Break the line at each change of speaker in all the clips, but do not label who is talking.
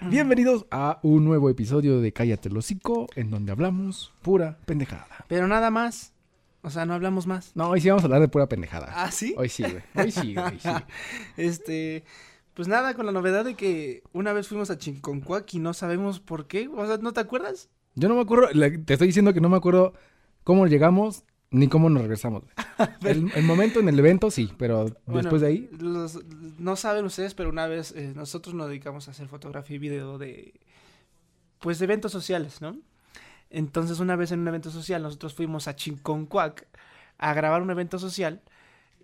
Ah.
Bienvenidos a un nuevo episodio de Cállate el hocico, en donde hablamos pura pendejada.
Pero nada más. O sea, no hablamos más.
No, hoy sí vamos a hablar de pura pendejada.
Ah, sí.
Hoy sí, güey. Hoy sí, hoy sí.
Este. Pues nada, con la novedad de que una vez fuimos a Chinconcuac y no sabemos por qué. O sea, ¿no te acuerdas?
Yo no me acuerdo, le- te estoy diciendo que no me acuerdo cómo llegamos ni cómo nos regresamos. güey. El, el momento en el evento sí, pero
Bueno,
después de ahí.
los- no saben ustedes, pero una vez eh, nosotros nos dedicamos a hacer fotografía y video de. Pues de eventos sociales, ¿no? Entonces, una vez en un evento social, nosotros fuimos a Chinconcuac a grabar un evento social.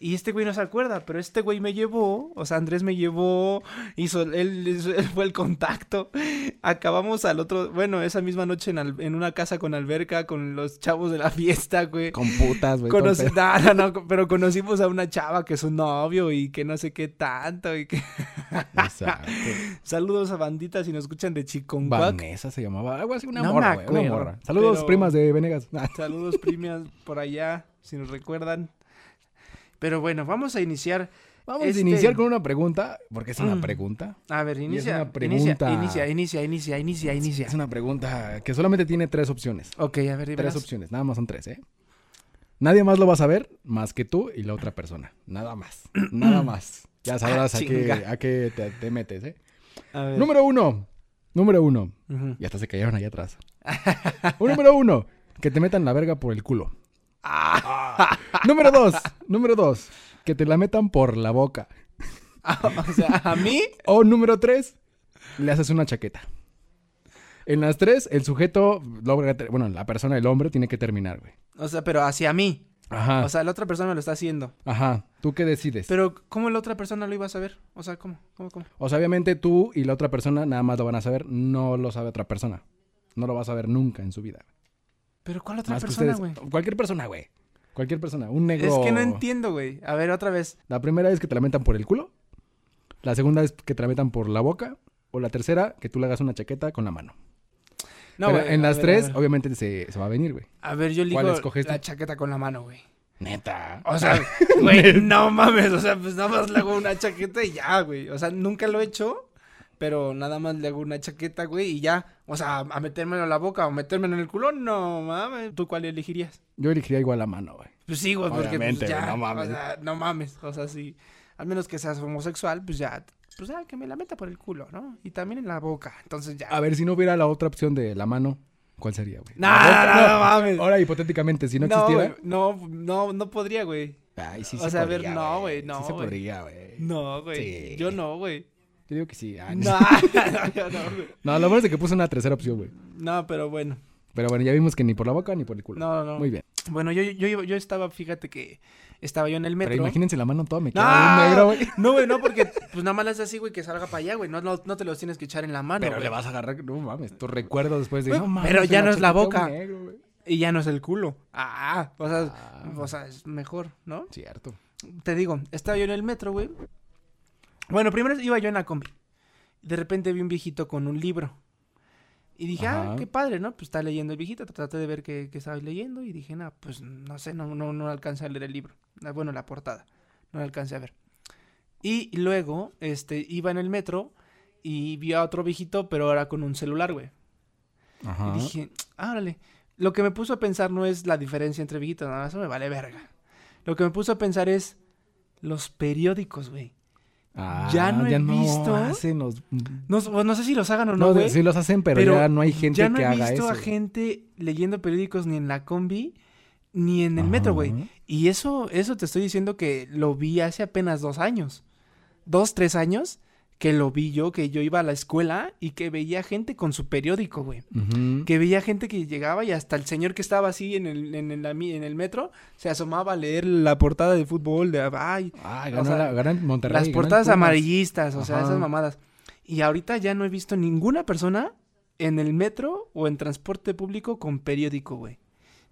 Y este güey no se acuerda, pero este güey me llevó, o sea, Andrés me llevó, hizo, él, hizo- él fue el contacto. Acabamos al otro, bueno, esa misma noche en, al- en una casa con alberca, con los chavos de la fiesta, güey.
Con putas, güey. con
Conocí-
pedo.
no, no, no, pero conocimos a una chava que es un novio y que no sé qué tanto y que...
Exacto.
Saludos a banditas si nos escuchan de Chiconcuac.
Vanessa se llamaba. Algo así, una
No me
morra, güey. Una
acuerdo,
morra. Saludos,
pero-
primas de Venegas.
Saludos primas por allá, si nos recuerdan. Pero bueno, vamos a iniciar.
Vamos
Este-
a iniciar con una pregunta, porque es una
Mm.
pregunta.
A ver,
es
inicia.
una
inicia,
pregunta.
Inicia, inicia, inicia, inicia, inicia.
Es una pregunta que solamente tiene tres opciones.
Ok, a ver,
Tres
dímelas.
opciones, nada más son tres, ¿eh? Nadie más lo va a saber más que tú y la otra persona. Nada más. Nada más. Ya sabrás a qué,
chinga. Pues.
a qué te, te metes, ¿eh?
A ver.
Número uno. Número uno.
Ujú.
Y hasta se cayeron allá atrás. Un número uno. Que te metan la verga por el culo. número dos. Número dos. Que te la metan por la boca.
o sea, a mí...
O número tres, le haces una chaqueta. En las tres, el sujeto logra, ter- bueno, la persona, el hombre, tiene que terminar, güey.
O sea, pero hacia mí.
Ajá.
O sea, la otra persona me lo está haciendo.
ajá. ¿Tú qué decides?
Pero, ¿cómo la otra persona lo iba a saber? O sea, ¿cómo? ¿Cómo, cómo?
O sea, obviamente tú y la otra persona nada más lo van a saber, no lo sabe otra persona. No lo va a saber nunca en su vida.
¿Pero cuál otra
Más Ah, que
persona, güey?
ustedes. Cualquier persona, güey. Cualquier persona. Un negro.
Es que no entiendo, güey. A ver, otra vez.
La primera es que te la metan por el culo. La segunda es que te la metan por la boca. O la tercera, que tú le hagas una chaqueta con la mano.
No,
Pero
güey,
en
a
las
ver,
tres,
A ver,
obviamente se, se va a venir, güey.
A ver, yo elijo
¿Cuál escoges tú?
la chaqueta con la mano, güey.
Neta.
O sea, güey, no mames. O sea, pues nada más le hago una chaqueta y ya, güey. O sea, nunca lo he hecho, pero nada más le hago una chaqueta, güey, y ya. O sea, a metérmelo en la boca o metérmelo en el culo, no mames. ¿Tú cuál elegirías?
Yo elegiría igual la mano, güey.
Pues sí, güey, porque pues,
Obviamente,
ya.
güey, no mames.
O sea, no mames. O sea, sí. Al menos que seas homosexual, pues ya. Pues ya, que me la meta por el culo, ¿no? Y también en la boca. Entonces ya.
A ver, si no hubiera la otra opción de la mano, ¿cuál sería, güey?
No,
La boca,
no, no mames.
Ahora, hipotéticamente, si no, existiera.
güey, no, no, no podría, güey.
Ay, sí
O
se
sea, a ver,
podría,
no, güey,
Sí
no,
se
güey.
podría, güey.
No, güey.
Sí.
Yo no, güey.
Yo digo que sí. Ah,
No,
no.
no, no, güey.
No, lo bueno es de que puse una tercera opción, güey.
No, pero bueno.
Pero bueno, ya vimos que ni por la boca ni por el culo.
No, no, no.
Muy bien.
Bueno, yo, yo, yo- yo estaba, fíjate que estaba yo en el metro.
Pero imagínense la mano toda me
no,
queda bien negra, güey.
no, güey, no, porque pues nada más le haces así, güey, que salga para allá, güey. No, no, no te los tienes que echar en la mano,
Pero
güey.
le vas a agarrar, no mames, tus recuerdos después de.
Güey,
no mames,
pero ya
una
no es la
chaqueta
boca.
negro, güey.
Y ya no es el culo. Ah, o sea,
Ah.
o sea, es mejor, ¿no?
Cierto.
Te digo, estaba yo en el metro, güey. Bueno, primero iba yo en la combi. De repente vi un viejito con un libro. Y dije, ah,
Ajá.
qué padre, ¿no? Pues está leyendo el viejito. Traté de ver qué, qué estaba leyendo y dije, no, pues no sé, no, no, no alcancé a leer el libro. Ah, Bueno, la portada. No la alcancé a ver. Y luego, este, iba en el metro y vi a otro viejito, pero ahora con un celular, güey.
Ajá.
Y dije, "Ah, órale. Lo que me puso a pensar no es la diferencia entre viejitos, nada más me vale verga. Lo que me puso a pensar es los periódicos, güey.
Ah,
ya no he visto.
Hacen los...
No, s- no sé si los hagan o no,
No,
güey.
sí los hacen, pero,
pero
ya no hay gente
ya no
que
he
haga
visto
eso.
a
güey.
gente leyendo periódicos ni en la combi ni en el metro, güey.
Ajá.
Y eso, eso te estoy diciendo que lo vi hace apenas dos años. Dos, tres años que lo vi yo, que yo iba a la escuela y que veía gente con su periódico, güey.
Ujú.
que veía gente que llegaba y hasta el señor que estaba así en el, en, el- en el metro se asomaba a leer la portada de fútbol de ay,
Ah, ganó,
o sea,
la- ganó el Monterrey.
las
ganó el
portadas
Pumas.
amarillistas, o sea,
Ajá.
esas mamadas. Y ahorita ya no he visto ninguna persona en el metro o en transporte público con periódico, güey.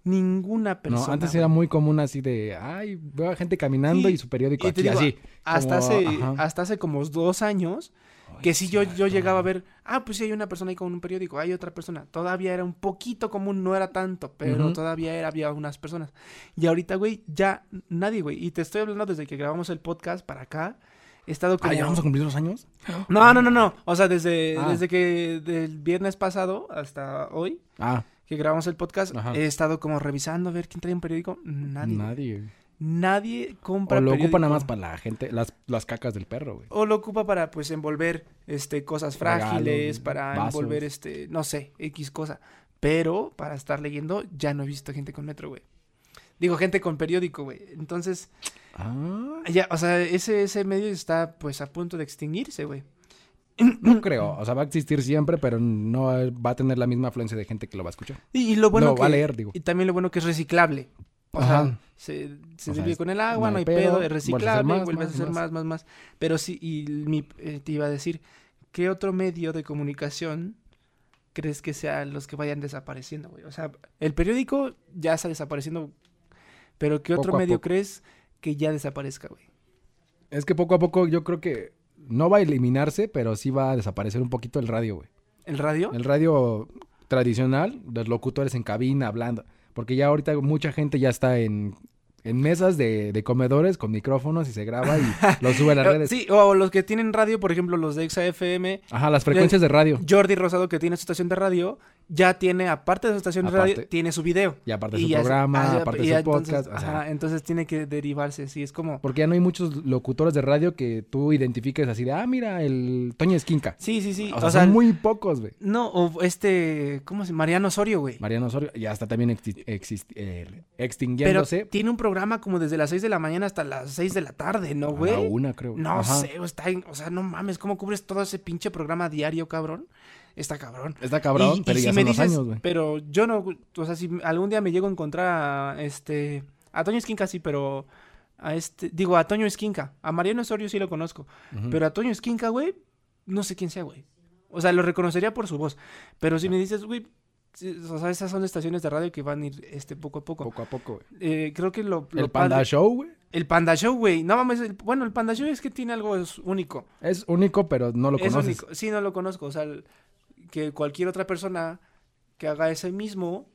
Ninguna
No,
persona.
antes
güey.
era muy común así de, ay, veo a gente caminando
Sí,
y, su periódico
y te
aquí,
digo,
así.
hasta,
como,
hace,
ajá.
hasta hace como dos años que si yo, yo llegaba a ver, ah, pues sí hay una persona ahí con un periódico, hay otra persona. Todavía era un poquito común, no era tanto, pero
Ujú.
todavía era, había unas personas. Y ahorita, güey, ya nadie, güey. Y te estoy hablando desde que grabamos el podcast para acá. he estado como...
Ah, ¿ya vamos a cumplir los años?
No, no, no, no. O sea, desde,
Ah.
desde que del viernes pasado hasta hoy
Ah,
que grabamos el podcast,
Ajá.
he estado como revisando a ver quién trae un periódico. Nadie. Nadie,
nadie.
compra
O lo
periódico.
ocupa nada más para la gente, las, las cacas del perro, güey.
O lo ocupa para, pues, envolver, este, cosas
Regalos,
frágiles, para
vasos.
envolver, este, no sé, X cosa. Pero, para estar leyendo, ya no he visto gente con metro, güey. Digo, gente con periódico, güey. Entonces,
Ah,
ya, o sea, ese, ese medio está, pues, a punto de extinguirse, güey.
no creo. O sea, va a existir siempre, pero no va a tener la misma afluencia de gente que lo va a escuchar.
Y, y lo bueno
no,
que...
va a leer, digo.
Y también lo bueno que es reciclable. O sea,
Ajá.
se, se
O sea,
diluye
es-
con el agua, no hay pedo, es reciclable, vuelves a hacer más, más, más. Pero sí, y mi- eh, te iba a decir, ¿qué otro medio de comunicación crees que sean los que vayan desapareciendo, güey? O sea, el periódico ya está desapareciendo, pero ¿qué otro
Poco a
medio
poco.
crees que ya desaparezca, güey?
Es que poco a poco yo creo que no va a eliminarse, pero sí va a desaparecer un poquito el radio, güey.
¿El radio?
El radio tradicional, los locutores en cabina hablando. Porque ya ahorita mucha gente ya está en, en mesas de, de comedores con micrófonos y se graba y lo sube a las
Eh,
redes.
Sí, o los que tienen radio, por ejemplo, los de XAFM,
Ajá, las frecuencias de radio.
Jordi Rosado, que tiene su estación de radio, ya tiene, aparte de su estación de radio,
Aparte.
tiene su video.
Y aparte su
ya-
programa,
ah, ya-
aparte
y
su
ya entonces-
podcast. o sea,
ajá, entonces tiene que derivarse, sí, es como...
porque ya no hay muchos locutores de radio que tú identifiques así de, ah, mira, el Toño Esquinca.
Sí, sí, sí.
o, sea, son muy pocos, güey.
No, o este, ¿cómo se Mariano Osorio, güey.
Mariano Osorio ya está también exti- exist- eh,
Pero
extinguiéndose.
tiene un programa como desde las 6 de la mañana hasta las 6 de la tarde, ¿no,
a la
güey?
una, creo.
No
Ajá.
sé, o, está en- o sea, no mames, ¿cómo cubres todo ese pinche programa diario, cabrón? Está cabrón.
Está cabrón,
Y- y
pero
si
ya
me
son los
dices,
años, güey.
Pero yo no, o sea, si algún día me llego a encontrar a este, a Toño Esquinca sí, pero a este, digo, a Toño Esquinca, a Mariano Osorio sí lo conozco,
Ujú.
pero a Toño Esquinca, güey, no sé quién sea, güey. O sea, lo reconocería por su voz, pero si me dices, güey, sí, o sea, esas son estaciones de radio que van a ir este poco a poco.
Poco a poco, güey.
Eh, creo que lo, lo
El Panda
padre-
Show, güey.
el Panda Show, güey. No mames, el- bueno, el Panda Show es que tiene algo es único.
Es único, pero no lo
Es
conoces.
único. Sí, no lo conozco. O sea, el- que cualquier otra persona que haga ese mismo.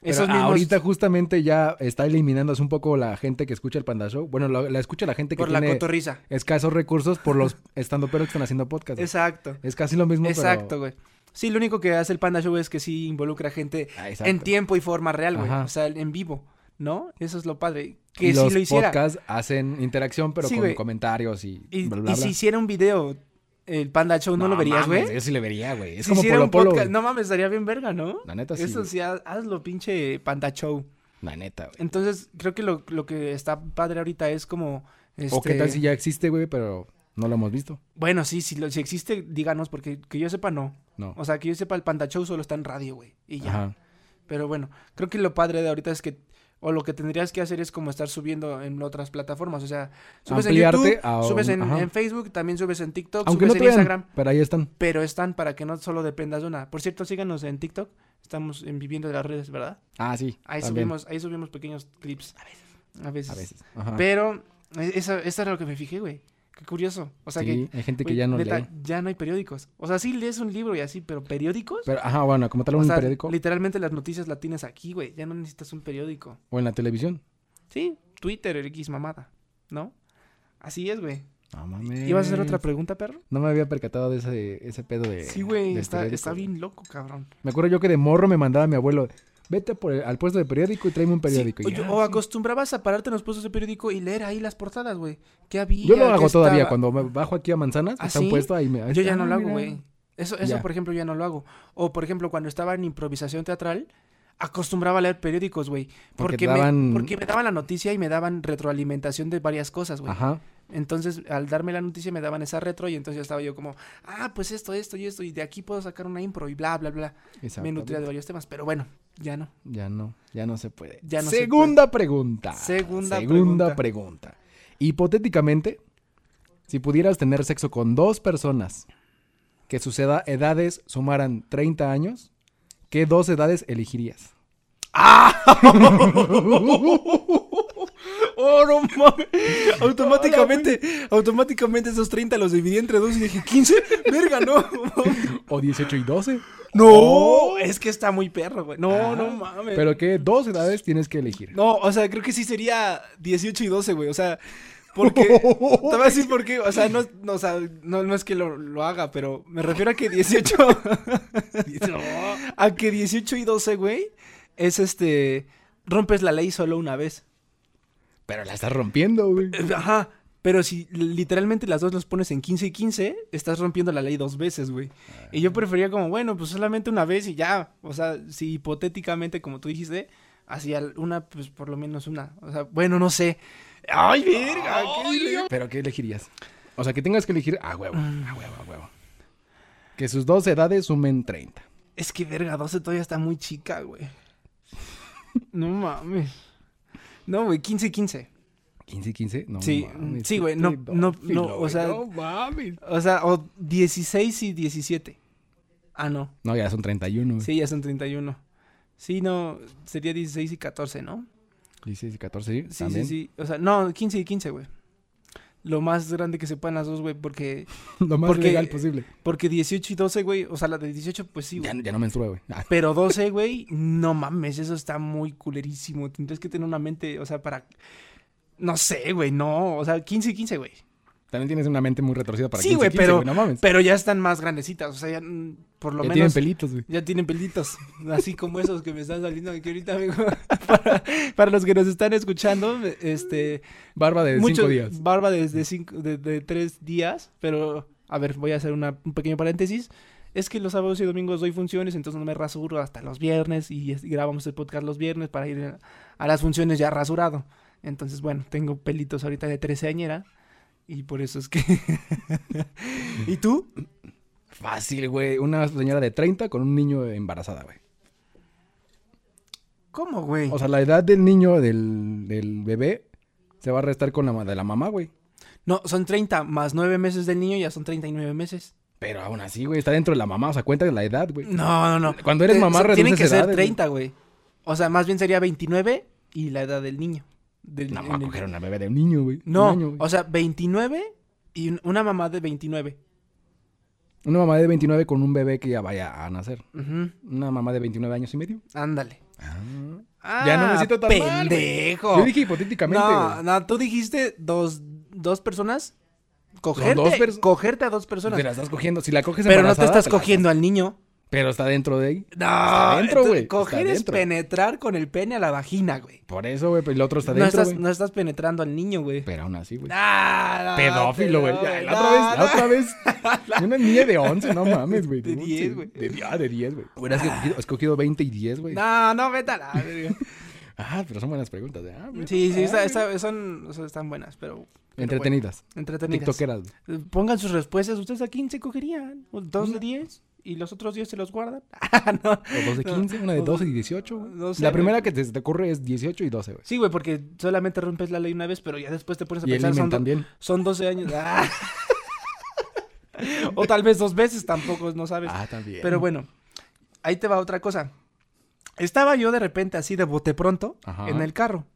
Pero
esos mismos-
ahorita justamente ya está eliminándose un poco la gente que escucha el Panda Show. Bueno, lo- la escucha la gente que
por la
tiene
cotorriza.
escasos recursos por los estandoperos que están haciendo podcast. güey. Es,
Exacto.
casi lo mismo,
Exacto,
pero...
güey. Sí, lo único que hace el Panda Show es que sí involucra gente
Ah, Exacto.
en tiempo y forma real, güey.
Ajá.
O sea, en vivo, ¿no? Eso es lo padre. Que
y
si
los
lo hiciera.
podcasts hacen interacción, pero
Sí,
con
güey.
comentarios y,
Y,
bla, bla,
y
bla.
si hiciera un video, el Panda Show, ¿no, lo verías,
mames,
güey?
Yo sí le vería, güey. Es
Si
como
hiciera
Polo
un
Polo.
podcast-
güey.
No mames, estaría bien verga, ¿no?
La neta, sí.
Eso
güey.
sí, haz- hazlo, pinche Panda Show.
La neta, güey.
Entonces, creo que lo, lo que está padre ahorita es como.
O qué
este,
tal si ya existe, güey, pero no lo hemos visto.
Bueno, sí, si, lo, si existe, díganos, porque que yo sepa, no.
No.
O sea, que yo sepa, el Panda Show solo está en radio, güey. Y ya.
Ajá.
Pero bueno, creo que lo padre de ahorita es que. O lo que tendrías que hacer es como estar subiendo en otras plataformas. O sea, subes
Ampliarte
en YouTube,
a un-
subes en,
ajá.
en Facebook, también subes en TikTok,
Aunque no
subes
te
en
vean,
Instagram.
pero ahí están.
Pero están para que no solo dependas de una. Por cierto, síganos en TikTok. Estamos en Viviendo de las Redes, ¿verdad?
Ah, sí.
Ahí
también,
subimos, ahí subimos pequeños clips. A veces. A veces.
A veces. Ah. Ajá.
Pero eh, eso, eso era lo que me fijé, güey. Qué curioso. O sea
Sí,
que.
hay gente que
güey,
ya no
neta,
lee.
ya no hay periódicos. O sea, sí lees un libro y así, pero periódicos.
Pero, ajá, bueno, como tal
O
un
sea,
periódico
Literalmente las noticias las tienes aquí, güey. Ya no necesitas un periódico.
o en la televisión.
Sí, Twitter, X mamada. ¿No? Así es, güey.
No mames.
¿Ibas a hacer otra pregunta, perro?
No me había percatado de ese, ese pedo de.
Sí, güey.
eh, del
Está,
periódico,
está
güey.
bien loco, cabrón.
Me acuerdo yo que de morro me mandaba mi abuelo. Vete por el- al puesto de periódico y tráeme un periódico.
Sí,
Y
o,
ya,
o
sí.
acostumbrabas a pararte en los puestos de periódico y leer ahí las portadas, güey. ¿Qué había?
Yo lo
¿Qué
hago todavía.
estaba?
Cuando me bajo aquí a Manzanas,
¿Ah,
está un
sí?
puesto ahí. Me, ahí
Yo
está,
ya no
ah,
lo hago,
mira.
güey. Eso, eso
Ya.
por ejemplo, ya no lo hago. O, por ejemplo, cuando estaba en improvisación teatral, acostumbraba a leer periódicos, güey.
Porque te
Porque, me-
daban-
porque me daban la noticia y me daban retroalimentación de varias cosas, güey.
Ajá.
Entonces, al darme la noticia, me daban esa retro y entonces ya estaba yo como, ah, pues esto, esto y esto, y de aquí puedo sacar una impro y bla, bla, bla. Me
exacto.
nutría de varios temas, pero bueno, ya no.
Ya no, ya no se puede.
Ya no se
Segunda pregunta.
Segunda
Segunda pregunta. Hipotéticamente, si pudieras tener sexo con dos personas que sus eda- edades sumaran 30 años, ¿qué dos edades elegirías?
¡Oh, no mames! Automáticamente, automáticamente esos 30 los dividí entre dos y dije, ¿15? ¡Verga, no!
¿O 18 y 12?
No,
Oh.
es que está muy perro, güey. No,
Ah,
no mames.
¿Pero qué dos edades tienes que elegir?
No, o sea, creo que sí sería 18 y 12, güey. O sea, Porque, te voy a decir por qué, o sea, no, no, o sea, no, no es que lo, lo haga, pero me refiero a que 18, a que 18 y 12, güey, es este, rompes la ley solo una vez.
Pero la estás rompiendo, güey.
Eh, Ajá, pero si literalmente las dos los pones en 15 y 15, estás rompiendo la ley dos veces, güey. Y yo prefería como, bueno, pues solamente una vez y ya, o sea, si hipotéticamente, como tú dijiste, hacía una, pues por lo menos una, o sea, bueno, no sé. ¡Ay, verga! qué verga!
¿Pero qué elegirías? O sea, que tengas que elegir a huevo,
Ah.
a huevo, a huevo. Que sus dos edades sumen 30.
Es que verga, 12 todavía está muy chica, güey. No mames. No, güey, 15 y 15.
15 y 15, no
Sí,
mames,
sí,
qué
güey, no- no- no,
pedófilo,
o
güey,
sea-
No mames.
O sea, o 16 y 17. Ah, no.
No, ya son 31, güey.
Sí, ya son 31. Sí, no, sería 16 y 14, ¿no?
16 y 14, sí,
Sí,
también.
sí, sí. O sea, no, 15 y 15, güey. Lo más grande que se puedan las dos, güey, porque
Lo más
Porque-
legal posible.
porque 18 y 12, güey, o sea, la de 18 pues sí,
Ya,
güey.
ya no menstrua, güey. Ah,
Pero 12, güey, no mames, eso está muy culerísimo. Tendrías que tener una mente, o sea, para no sé, güey, no, o sea, 15 y 15, güey.
también tienes una mente muy retorcida para
Sí,
15 y
güey,
15,
pero-
No mames.
Pero ya están más grandecitas, o sea, ya mm, por lo
ya tienen
menos
pelitos, güey.
Ya tienen pelitos, así como esos que me están saliendo aquí ahorita, amigo. Para, para los que nos están escuchando, este...
Barba de 5
muchos-
días.
Barba desde cinco, de, de tres días, pero... A ver, voy a hacer una- un pequeño paréntesis. Es que los sábados y domingos doy funciones, entonces no me rasuro hasta los viernes y, es- y grabamos el podcast los viernes para ir a, a las funciones ya rasurado. Entonces, bueno, tengo pelitos ahorita de treceañera y por eso es que... ¿Y tú?
Fácil, güey. Una señora de 30 con un niño embarazada, güey.
¿Cómo, güey?
O sea, la edad del niño, del, del bebé, se va a restar con la ma- de la mamá, güey.
No, son 30 más 9 meses del niño, ya son 39 meses.
Pero aún así, güey, está dentro de la mamá. O sea, cuenta de la edad, güey.
No, no, no.
Cuando eres
Te-
mamá,
son- Tienen
reduces
que ser
edades, güey.
30, güey. O sea, más bien sería 29 y la edad del niño. Del-
No,
en
voy a
el-
coger una bebé de un niño, güey.
No,
Un año, güey.
o sea, 29 y un- una mamá de 29.
Una mamá de 29 con un bebé que ya vaya a nacer.
Ujú,
Una mamá de 29 años y medio.
Ándale. Ah,
Ya no me siento tan mal, güey.
pendejo.
Yo dije hipotéticamente,
no,
güey. pues,
no, tú dijiste dos, dos personas. Cogerte,
dos perso-
cogerte a dos personas.
Te la estás cogiendo. Si la coges
Pero no te
embarazada,
estás
la-
cogiendo al niño.
Pero está dentro de ahí.
No,
dentro,
tú-
güey, está
Coger es
dentro.
penetrar con el pene a la vagina, güey.
Por eso, güey. Pero el otro está
No
dentro,
estás,
güey.
no estás penetrando al niño, güey.
Pero aún así, güey.
Ah, no,
Pedófilo, güey. Ya, La otra vez, la otra vez. Una niña de 11, no mames, güey.
De 10, güey.
De, di- ah, de 10, güey. Hubieras escogido, escogido 20 y 10, güey.
No, no, vete a la verga.
Ah, pero son buenas preguntas. ¿eh? Ah, güey.
Sí, sí,
Ah,
está-
güey.
está- son, o sea, están buenas, pero
Entretenidas.
entretenidas.
TikTokeras, güey.
Eh, Pongan sus respuestas. Ustedes a 15 cogerían. o Dos de 10. Y los otros 10 se los guardan. Ah, no.
O dos de
No,
15, una de
o
12 y
dos-
18, güey.
no sé,
La
güey.
primera que te, se te ocurre es 18 y 12, güey.
Sí, güey, porque solamente rompes la ley una vez, pero ya después te pones a
Y el
pensar.
Imen
Son, do-
también.
son 12 años. Ah. o tal vez dos veces, tampoco, no sabes.
Ah, también.
Pero bueno, ahí te va otra cosa. Estaba yo de repente así de bote pronto
Ajá.
en el carro.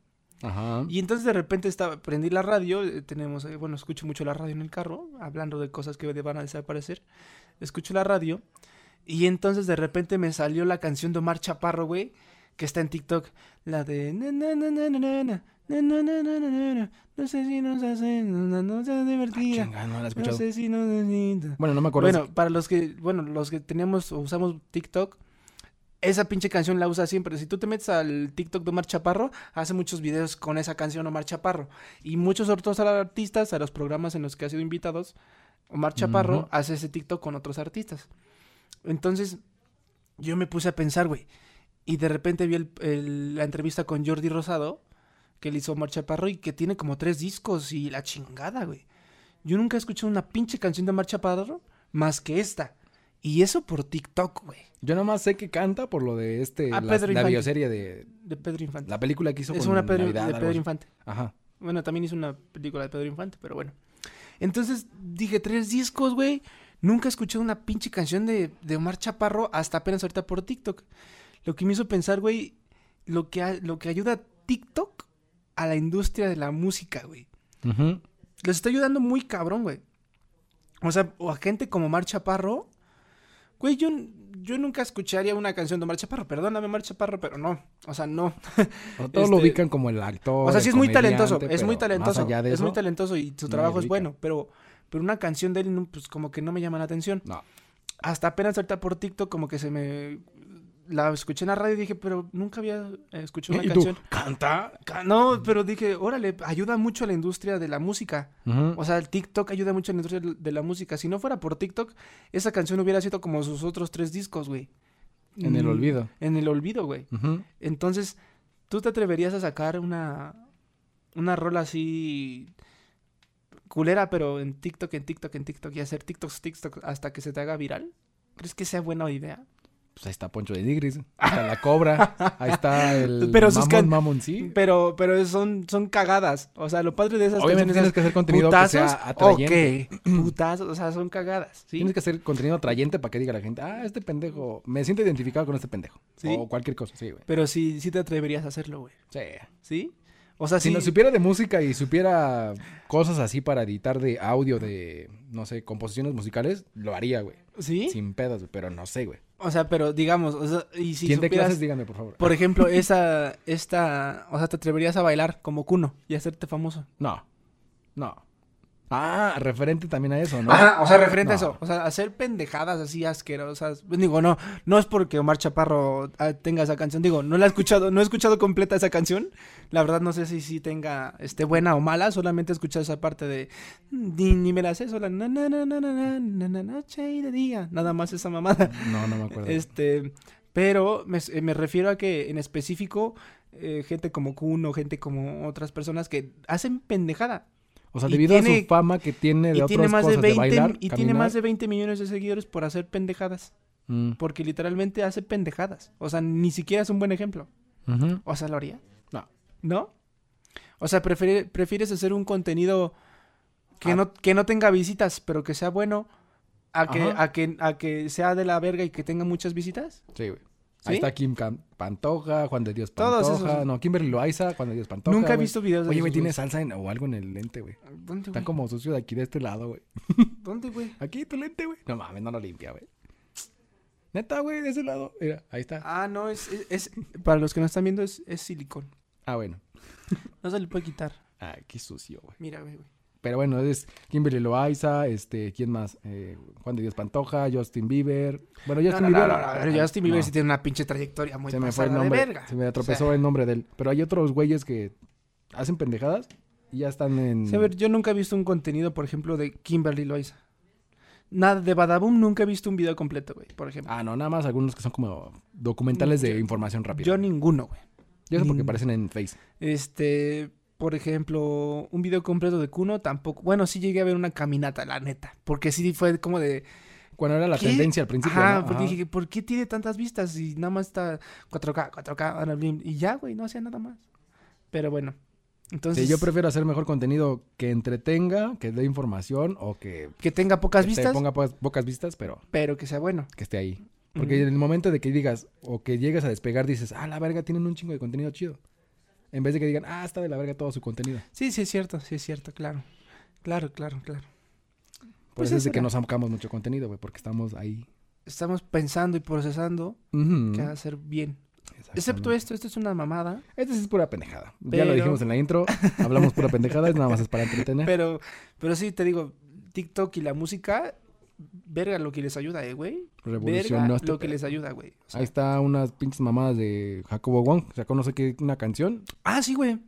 Ajá.
Y entonces de repente estaba, prendí la radio, eh, tenemos, eh, bueno, escucho mucho la radio en el carro, hablando de cosas que van a desaparecer. Escucho la radio y entonces de repente me salió la canción de Omar Chaparro, güey, que está en TikTok, la de na, na, na, na, na, na, na, na, na, na, na, na, na, no sé si nos hace una noche divertida.
Chinga, Ah, no la he
No
escuchado.
sé si nos necesita.
Bueno, no me acuerdo.
Bueno, para los que, bueno, los que tenemos o usamos TikTok, esa pinche canción la usa siempre. Si tú te metes al TikTok de Omar Chaparro, hace muchos videos con esa canción Omar Chaparro. Y muchos otros artistas, a los programas en los que ha sido invitados, Omar Chaparro
Ujú.
hace ese TikTok con otros artistas. Entonces, yo me puse a pensar, güey. Y de repente vi el- el- la entrevista con Jordi Rosado, que le hizo Omar Chaparro y que tiene como tres discos y la chingada, güey. Yo nunca he escuchado una pinche canción de Omar Chaparro más que esta. Y eso por TikTok, güey.
Yo nomás sé que canta por lo de este,
Ah,
la,
Pedro
la
Infante.
bioserie de
De Pedro Infante.
la película que hizo
es
con
una Pedro,
Navidad,
de
algo
Pedro
así.
Infante.
Ajá.
Bueno, también hizo una película de Pedro Infante, pero bueno. Entonces dije, tres discos, güey. Nunca he escuchado una pinche canción de, de Omar Chaparro hasta apenas ahorita por TikTok. Lo que me hizo pensar, güey, lo que, ha- lo que ayuda a TikTok a la industria de la música, güey.
Ujú.
Les está ayudando muy cabrón, güey. O sea, o a gente como Omar Chaparro. Güey, yo, yo nunca escucharía una canción de Omar Chaparro, perdóname Omar Chaparro, pero no, o sea, no.
Pero todos lo
Este,
ubican como el actor.
O sea,
el
sí es muy talentoso,
comediante,
es
pero
muy
más
talentoso,
allá de
es muy
eso,
talentoso y su
nadie
trabajo
lo
es
ubica.
bueno, pero, pero una canción de él, no, pues como que no me llama la atención.
No.
Hasta apenas ahorita por TikTok, como que se me. La escuché en la radio y dije, pero nunca había eh, escuchado una
Y tú,
canción.
canta.
Ca- No, pero dije, órale, ayuda mucho a la industria de la música. O sea, el TikTok ayuda mucho a la industria de la música. Si no fuera por TikTok, esa canción hubiera sido como sus otros tres discos, güey.
En el
Mm,
olvido.
En el olvido, güey.
Ujú.
Entonces, ¿tú te atreverías a sacar una, una rola así culera, pero en TikTok, en TikTok, en TikTok y hacer TikToks, TikToks hasta que se te haga viral? ¿Crees que sea buena idea?
Pues ahí está Poncho de Nigris, ahí está la cobra, ahí está el
Pero sus
mamón,
can-
mamón, sí.
Pero, pero son, son cagadas. O sea, lo padre de esas
Obviamente
canciones
tienes
es
que hacer contenido que
putazos.
sea atrayente.
Ok, putazos, o sea, son cagadas. ¿sí?
Tienes que hacer contenido atrayente para que diga la gente, ah, este pendejo, me siento identificado con este pendejo.
Sí.
O cualquier cosa, sí, güey.
Pero sí, sí te atreverías a hacerlo, güey.
Sí.
¿Sí? O sea,
Si
Ah, sí.
no supiera de música y supiera cosas así para editar de audio, de, no sé, composiciones musicales, lo haría, güey.
¿Sí?
Sin pedas, güey, pero no sé, güey.
O sea, pero digamos, o sea, y si
¿Quién de
supieras-
clases? Díganme, por favor.
Por ejemplo, esa, esta, o sea, te atreverías a bailar como Kuno y hacerte famoso.
No. No. Ah, referente también a eso, ¿no?
Ajá, o sea, referente a
No.
eso. O sea, hacer pendejadas así asquerosas. Pues digo, no, no es porque Omar Chaparro ah, tenga esa canción. Digo, no la he escuchado, no he escuchado completa esa canción. La verdad no sé si sí tenga, esté buena o mala. Solamente he escuchado esa parte de, ni, ni me la sé sola. Na, na, na, na, na, na, na, na, noche y de día. Nada más esa mamada.
No, no me acuerdo.
Este, pero me, s- eh, me refiero a que en específico, eh, gente como Kuno, gente como otras personas que hacen pendejada.
O sea,
y
debido a
tiene-
su fama que tiene de
Y
otras
tiene, más de,
cosas,
20,
de bailar,
y tiene
caminar,
más de 20 millones de seguidores por hacer pendejadas.
mm,
Porque literalmente hace pendejadas. O sea, ni siquiera es un buen ejemplo.
ujú.
O sea, ¿lo haría?
No.
¿No? O sea, prefiere- prefieres hacer un contenido
Ah.
que, no, que no tenga visitas, pero que sea bueno, a que,
Ajá.
a, que, a que sea de la verga y que tenga muchas visitas.
Sí, güey.
¿Sí?
Ahí está Kim Cam- Pantoja, Juan de Dios
Todos
Pantoja.
esos-
No, Kimberly Loaiza, Juan de Dios Pantoja.
Nunca he
güey.
visto videos de
Oye, güey,
esos
tiene
güey.
salsa en- o algo en el lente, güey.
¿Dónde,
Está
güey?
como sucio de aquí de este lado, güey.
¿Dónde, güey?
Aquí tu lente, güey. No mames, no lo limpia, güey. Neta, güey, de ese lado. Mira, ahí está.
Ah, no, es, es, es- para los que no están viendo, es, es silicón.
Ah, bueno.
No se le puede quitar.
Ah, qué sucio, güey.
Mira, güey, güey.
Pero bueno, es Kimberly Loaiza, este, ¿quién más? Eh, Juan de Dios Pantoja, Justin Bieber. Bueno,
No,
Justin
no, no,
Bieber.
no, no, pero
ah,
Justin Bieber
no.
sí tiene una pinche trayectoria muy
se me fue
pasada
el
de
nombre.
verga.
Se me
O
atropezó
sea,
el nombre de él. Pero hay otros güeyes que hacen pendejadas y ya están en.
sí, a ver, yo nunca he visto un contenido, por ejemplo, de Kimberly Loaiza. Nada, de Badaboom nunca he visto un video completo, güey, por ejemplo.
Ah, no, nada más algunos que son como documentales de
Yo-
información rápida.
Yo ninguno, güey.
y eso porque
ni-
aparecen en Face.
Este, por ejemplo, un video completo de Kuno tampoco. Bueno, sí llegué a ver una caminata, la neta. Porque sí fue como de.
Cuando era la
¿Qué?
tendencia al principio.
Ajá,
¿no?
porque dije, ¿por qué tiene tantas vistas? Y nada más está 4K, 4K, ahora bien, y ya, güey, no hacía nada más. Pero bueno, entonces,
Sí, yo prefiero hacer mejor contenido que entretenga, que dé información o que,
que tenga pocas
que te
vistas,
ponga pocas, pocas vistas, pero
pero que sea bueno.
que esté ahí. Porque
Ujú.
en el momento de que digas o que llegues a despegar, dices, ah, la verga, tienen un chingo de contenido chido. En vez de que digan, ah, está de la verga todo su contenido.
Sí, sí, es cierto, sí, es cierto, claro. Claro, claro, claro.
Por
Pues
eso es
eso
de que
era.
no sacamos mucho contenido, güey, porque estamos ahí.
Estamos pensando y procesando
Ujú.
qué hacer bien. Excepto
Exactamente.
esto, esto es una mamada,
Esta sí es pura pendejada. Ya lo
Pero-
dijimos en la intro. Hablamos pura pendejada, es nada más es para entretener.
pero, pero sí, te digo, TikTok y la música, verga lo que les ayuda, eh, güey. Verga
Revolucionaste.
lo que
pero-
les ayuda, güey. O sea,
este Ahí está unas pinches mamadas de Jacobo Wong. Sacó no sé qué, una canción.
Ah, sí, güey.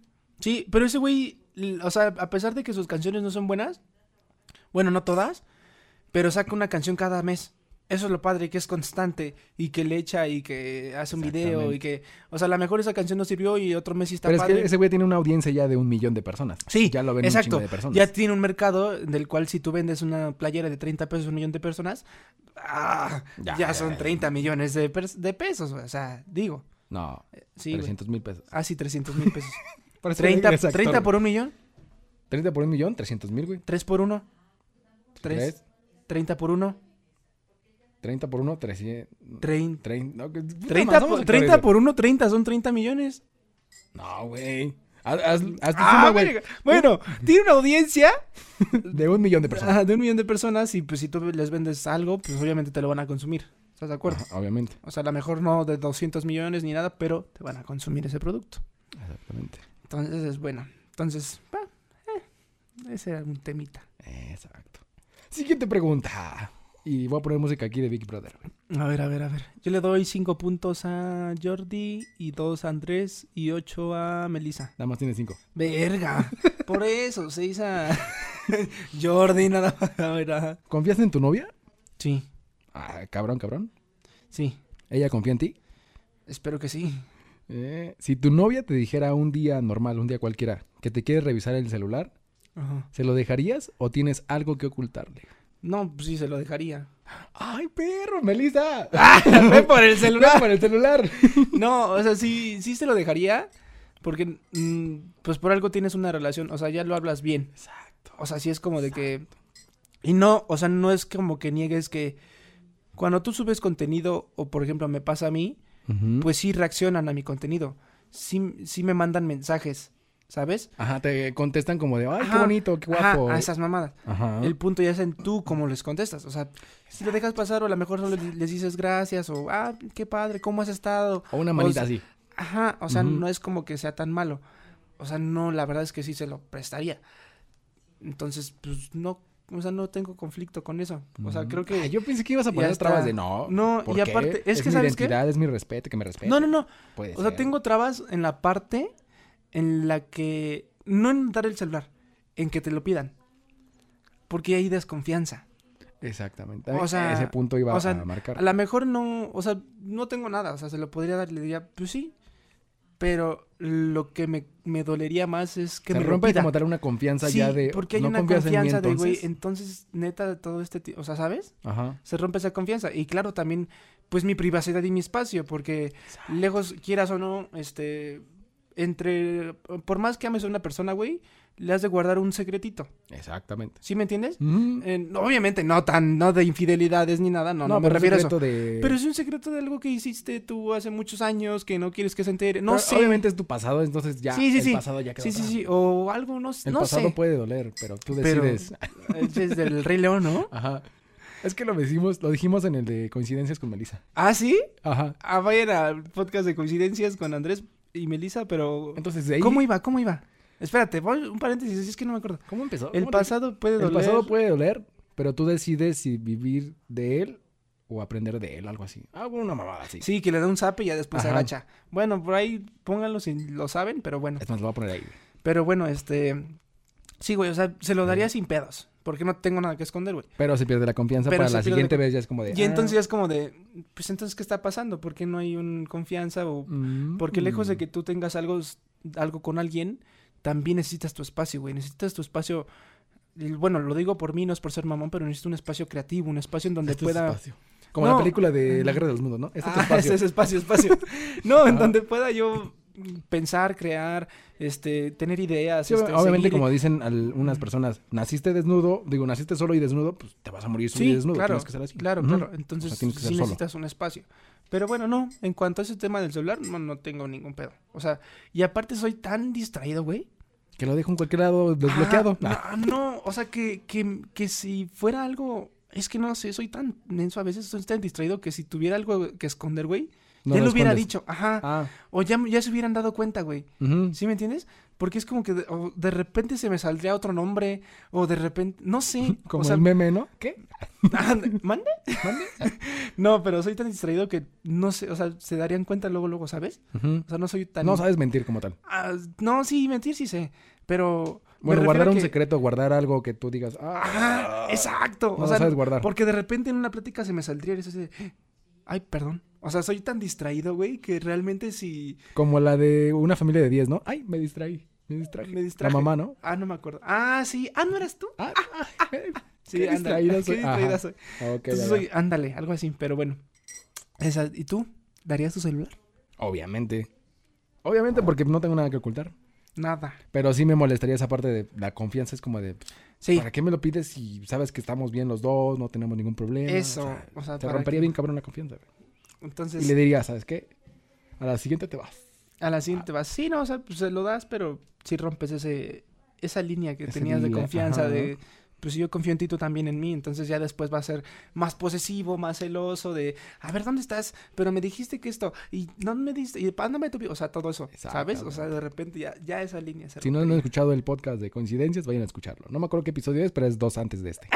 Sí, pero ese güey, l- o sea, a pesar de que sus canciones no son buenas, bueno, no todas, pero saca una canción cada mes. Eso es lo padre, que es constante y que le echa y que hace un video y que, o sea, a lo mejor esa canción no sirvió y otro mes sí está
Pero es
padre.
que ese güey tiene una audiencia ya de un millón de personas.
Sí,
ya lo ven
exacto.
un chingo de personas.
Ya tiene un mercado del cual si tú vendes una playera de 30 pesos a un millón de personas, ah,
Ya,
ya,
ya,
son
ya.
30 millones de, pers- de pesos, güey, o sea, digo.
No,
Sí, güey.
300 mil pesos.
Ah, sí, 300 mil pesos.
Por eso digo
30,
ese actor,
30
güey.
por un millón.
30 por un millón, 300 mil, güey.
3 por 1. 3.
Tres.
30 por 1.
30 por uno, 300.
30.
30, no, que- puta,
30,
más, somos
por,
actores,
30
güey.
por 1, 30. Son 30 millones.
No, güey. Haz, haz, haz tu
Ah,
suma, güey.
verga. Bueno, tiene una audiencia
De un millón de personas.
ah, de un millón de personas y pues si tú les vendes algo, pues obviamente te lo van a consumir. ¿Estás de acuerdo?
Ajá, obviamente.
O sea, a lo mejor no de 200 millones ni nada, pero te van a consumir ese producto.
Exactamente.
Entonces es bueno. Entonces, bah, eh, ese era un temita.
Exacto. Siguiente pregunta. Y voy a poner música aquí de Big Brother.
A ver, a ver, a ver. Yo le doy 5 puntos a Jordi y 2 a Andrés y 8 a Melissa.
Nada más tiene cinco.
Verga. Por eso, 6 a Jordi, nada más. A ver, ajá.
¿Confías en tu novia?
Sí,
Ah, cabrón, cabrón.
sí.
¿Ella confía en ti?
Espero que sí.
Eh, si tu novia te dijera un día normal, un día cualquiera, que te quiere revisar el celular,
Ajá.
¿se lo dejarías o tienes algo que ocultarle?
No, pues sí, se lo dejaría.
¡Ay, perro, Melissa!
Ve por el
celular para el celular!
No, o sea, sí, sí se lo dejaría. Porque, mm, pues por algo tienes una relación. O sea, ya lo hablas bien.
Exacto.
O sea, sí es como de que. Y no, o sea, no es como que niegues que. Cuando tú subes contenido, o por ejemplo, me pasa a mí, pues sí reaccionan a mi contenido. Sí, sí me mandan mensajes, ¿sabes?
Ajá, te contestan como de, ¡ay, qué
Ajá,
bonito, qué
Ajá,
guapo!
a esas mamadas.
Ajá.
El punto ya es en tú cómo les contestas. O sea, si lo dejas pasar, o a lo mejor solo les dices gracias, o ah, qué padre, ¿cómo has estado?
O una manita
o
así.
Ajá, o sea,
Ujú.
no es como que sea tan malo. O sea, no, la verdad es que sí se lo prestaría. Entonces, pues no, o sea, no tengo conflicto con eso. O sea, creo que.
Ah, yo pensé que ibas a
ya
poner
está.
trabas de no.
No,
¿por
y
qué?
aparte, es que,
mi
¿sabes qué?
identidad, es mi respeto, que me respete.
No, no, no.
Puede
O sea,
ser.
tengo trabas en la parte en la que. No en dar el celular, en que te lo pidan. Porque hay desconfianza.
Exactamente.
O sea,
ese punto iba
o sea,
a marcar.
A lo mejor no, o sea, no tengo nada, o sea, se lo podría dar, le diría, pues sí. Pero lo que me, me dolería más es que
Se
me lo
rompe
pida.
como tal una confianza
sí,
ya de.
porque hay
"No
una
confías
confianza
en mí,
de, güey,
entonces".
entonces, neta, de todo este, ti- o sea, ¿sabes?
Ajá.
Se rompe esa confianza. Y claro, también, pues, mi privacidad y mi espacio, porque lejos, quieras o no, este, entre, por más que ames a una persona, güey, le has de guardar un secretito,
Exactamente.
¿sí me entiendes?
Ujú.
Eh, no, obviamente no tan, no de infidelidades ni nada, no, no, me
pero
refiero a eso.
secreto de-
Pero es un secreto de algo que hiciste tú hace muchos años que no quieres que se entere. No
Pero
sé.
Obviamente es tu pasado, entonces ya.
Sí, sí,
el
sí.
pasado ya quedó
Sí, sí,
atrás.
sí. O algo, no, s-
El
no
pasado
sé.
puede doler, pero tú
Pero-
decides.
Es desde el Rey León, ¿no?
Ajá. Es que lo decimos, lo dijimos en el de coincidencias con Melissa.
¿Ah, sí?
Ajá.
Ah, vayan al podcast de coincidencias con Andrés y Melissa, pero.
Entonces de ahí.
¿Cómo iba? ¿Cómo iba? Espérate, voy- un paréntesis, es que no me acuerdo.
¿cómo empezó?
El
¿Cómo te-
pasado puede
El
doler.
pasado puede doler, pero tú decides si vivir de él o aprender de él, algo así. Ah, bueno, una mamada así.
Sí, que le da un zape y ya después se
Ajá.
agacha. Bueno, por ahí pónganlo si lo saben, pero bueno.
Es más, lo voy a poner ahí.
Pero bueno, este. Sí, güey, o sea, se lo daría sin pedos. Porque no tengo nada que esconder, güey.
Pero se pierde la confianza
Pero
para
se
la
pierde la
siguiente
con-
vez ya es como de.
Y
ah,
entonces ya es como de, pues entonces, ¿qué está pasando? ¿Por qué no hay un confianza? O,
mm,
porque lejos de
mm.
que tú tengas algo, s- algo con alguien, también necesitas tu espacio, güey. Necesitas tu espacio, y bueno, lo digo por mí, no es por ser mamón, pero necesito un espacio creativo, un espacio en donde
Este es
pueda...
espacio. Como
No.
la película de La Guerra de los Mundos, ¿no? Este es tu
Ah,
espacio.
ese es espacio, espacio. no, en
Ajá.
donde pueda yo pensar, crear, este, tener ideas.
Sí,
este,
obviamente,
seguir-
como dicen algunas personas, naciste desnudo, digo, naciste solo y desnudo, pues te vas a morir solo
Sí,
y desnudo.
claro,
tienes que ser así.
claro,
Ujú.
claro. Entonces,
tienes que
sí
ser solo.
necesitas un espacio. Pero bueno, no, en cuanto a ese tema del celular, no, no tengo ningún pedo. O sea, y aparte soy tan distraído, güey.
Que lo dejo en cualquier lado desbloqueado.
Ah,
Ah,
no, no, o sea, que, que, que si fuera algo... Es que no sé, soy tan menso a veces, soy tan distraído que si tuviera algo que esconder, güey,
no
ya lo, hubiera
escondes.
dicho. Ajá.
Ah,
O ya, ya se hubieran dado cuenta, güey.
ujú.
¿Sí me entiendes? Porque es como que de, o de repente se me saldría otro nombre o de repente... No sé.
Como
o sea,
el meme, ¿no? ¿Qué?
Ande- Ah, ¿Mande? no, pero soy tan distraído que no sé, o sea, se darían cuenta luego, luego, ¿sabes?
Ujú.
O sea, no soy tan...
No sabes mentir como tal.
Ah, no, sí, mentir sí sé, pero... me
Bueno,
refiero
guardar
a
un
que-
secreto, guardar algo que tú digas. Ah,
Ajá, exacto.
No
o
lo
sea,
sabes guardar.
porque de repente en una plática se me saldría eso de... "Eh, Ay, perdón. O sea, soy tan distraído, güey, que realmente si...
Como la de una familia de 10, ¿no? Ay, me distraí. Me distraí.
Me distraje.
La mamá, ¿no?
Ah, no me acuerdo. Ah, sí. Ah, ¿no eras tú?
Ah,
Sí,
qué
ándale.
distraído
Qué
soy.
distraída
Ajá.
soy.
ok, ya,
Entonces
ya.
soy... Ándale, algo así, pero bueno. Esa- ¿Y tú? ¿Darías tu celular?
Obviamente. Obviamente porque no tengo nada que ocultar.
Nada.
Pero sí me molestaría esa parte de la confianza. Es como de,
Sí.
¿para qué me lo pides si sabes que estamos bien los dos, no tenemos ningún problema?
Eso,
O sea,
o sea,
te
¿para
rompería
qué?
bien cabrón la confianza. güey.
Entonces,
Y le diría, ¿sabes qué? A la siguiente te vas.
a la siguiente vas, sí, no, o sea, pues se lo das, pero si rompes ese, esa línea que
Ese
tenías de
límite,
confianza,
ajá.
de pues yo confío en ti, tú también en mí, entonces ya después va a ser más posesivo, más celoso de, a ver, ¿dónde estás? Pero me dijiste que esto, y no me diste, y pándame tu... pi-". O sea, todo eso, ¿sabes? O sea, de repente ya, ya esa línea se
Si no,
rompe.
no han escuchado el podcast de coincidencias, vayan a escucharlo. No me acuerdo qué episodio es, pero es dos antes de este.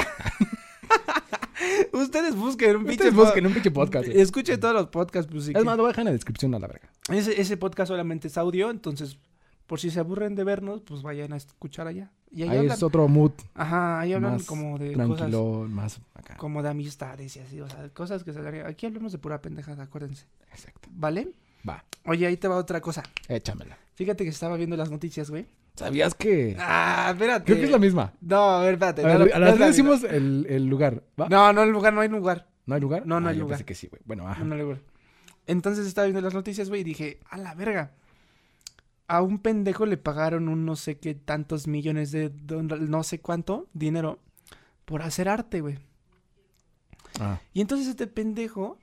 Ustedes busquen un pinche...
Ustedes busquen un pinche podcast. güey.
Escuchen todos los podcasts, pues sí.
Es más, lo voy a dejar en la descripción a la verga.
Ese, ese podcast solamente es audio, entonces, por si se aburren de vernos, pues vayan a escuchar allá. Y ahí,
Ahí
hablan,
es otro mood
ajá, ahí hablan
más
como de cosas,
tranquilo, más acá.
como de amistades y así, o sea, cosas que se harían. Aquí hablamos de pura pendejada, acuérdense,
Exacto.
¿vale?
Va,
Oye, ahí te va otra cosa.
échamela.
Fíjate que estaba viendo las noticias, güey.
¿Sabías que?
Ah, espérate.
Creo que es la misma.
No, a ver, espérate.
A,
no,
ver,
no,
a
no
las
es la
tres
misma.
decimos el, el lugar. ¿va?
No, no hay lugar, no hay lugar.
¿No hay lugar?
No, no
Ah,
hay
yo
lugar.
Pensé que sí, güey. Bueno, ajá.
No hay lugar. Entonces estaba viendo las noticias, güey, y dije, a la verga. A un pendejo le pagaron un no sé qué tantos millones de dólares, no sé cuánto dinero por hacer arte, güey.
Ah,
Y entonces este pendejo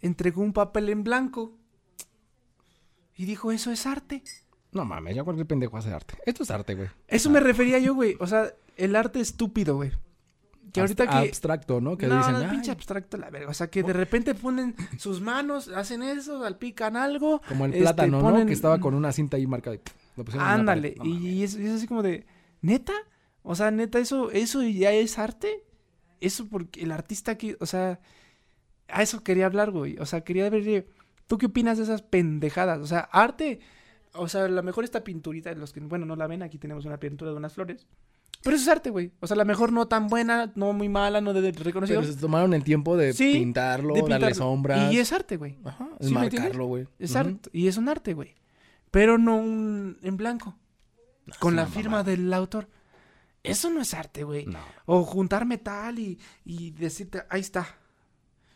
entregó un papel en blanco y dijo, eso es arte.
No mames, ya cualquier pendejo hace arte. Esto es arte, güey.
Eso me refería yo, güey. O sea, el arte estúpido, güey. Que ahorita
Abst-
que...
Abstracto, ¿no? Que
no,
dicen.
no,
"Ay,
pinche abstracto la verga. O sea, que de repente ponen sus manos, hacen eso, salpican algo.
Como el
este,
plátano,
ponen-
¿no? Que estaba con una cinta ahí marcada. y, pff, lo pusieron en una
Ándale.
pared. No mames.
y es, es así como de, ¿neta? O sea, ¿neta eso, eso ya es arte? Eso porque el artista que, o sea, a eso quería hablar, güey. O sea, quería ver, eh, ¿tú qué opinas de esas pendejadas? O sea, arte, o sea, a lo mejor esta pinturita, los que, bueno, no la ven, aquí tenemos una pintura de unas flores. Pero eso es arte, güey. O sea, a lo mejor no tan buena, no muy mala, no de, de reconocido.
Pero se tomaron el tiempo de
Sí,
pintarlo,
de
darle
pintarlo.
sombras.
Y es arte, güey.
Ajá,
¿Sí me entiendes?
marcarlo, güey.
Es
Ujú.
arte. Y es un arte, güey. Pero no un en blanco. con la
una
firma del autor. Eso no es arte, güey.
No.
O juntar metal y, y decirte, ahí está.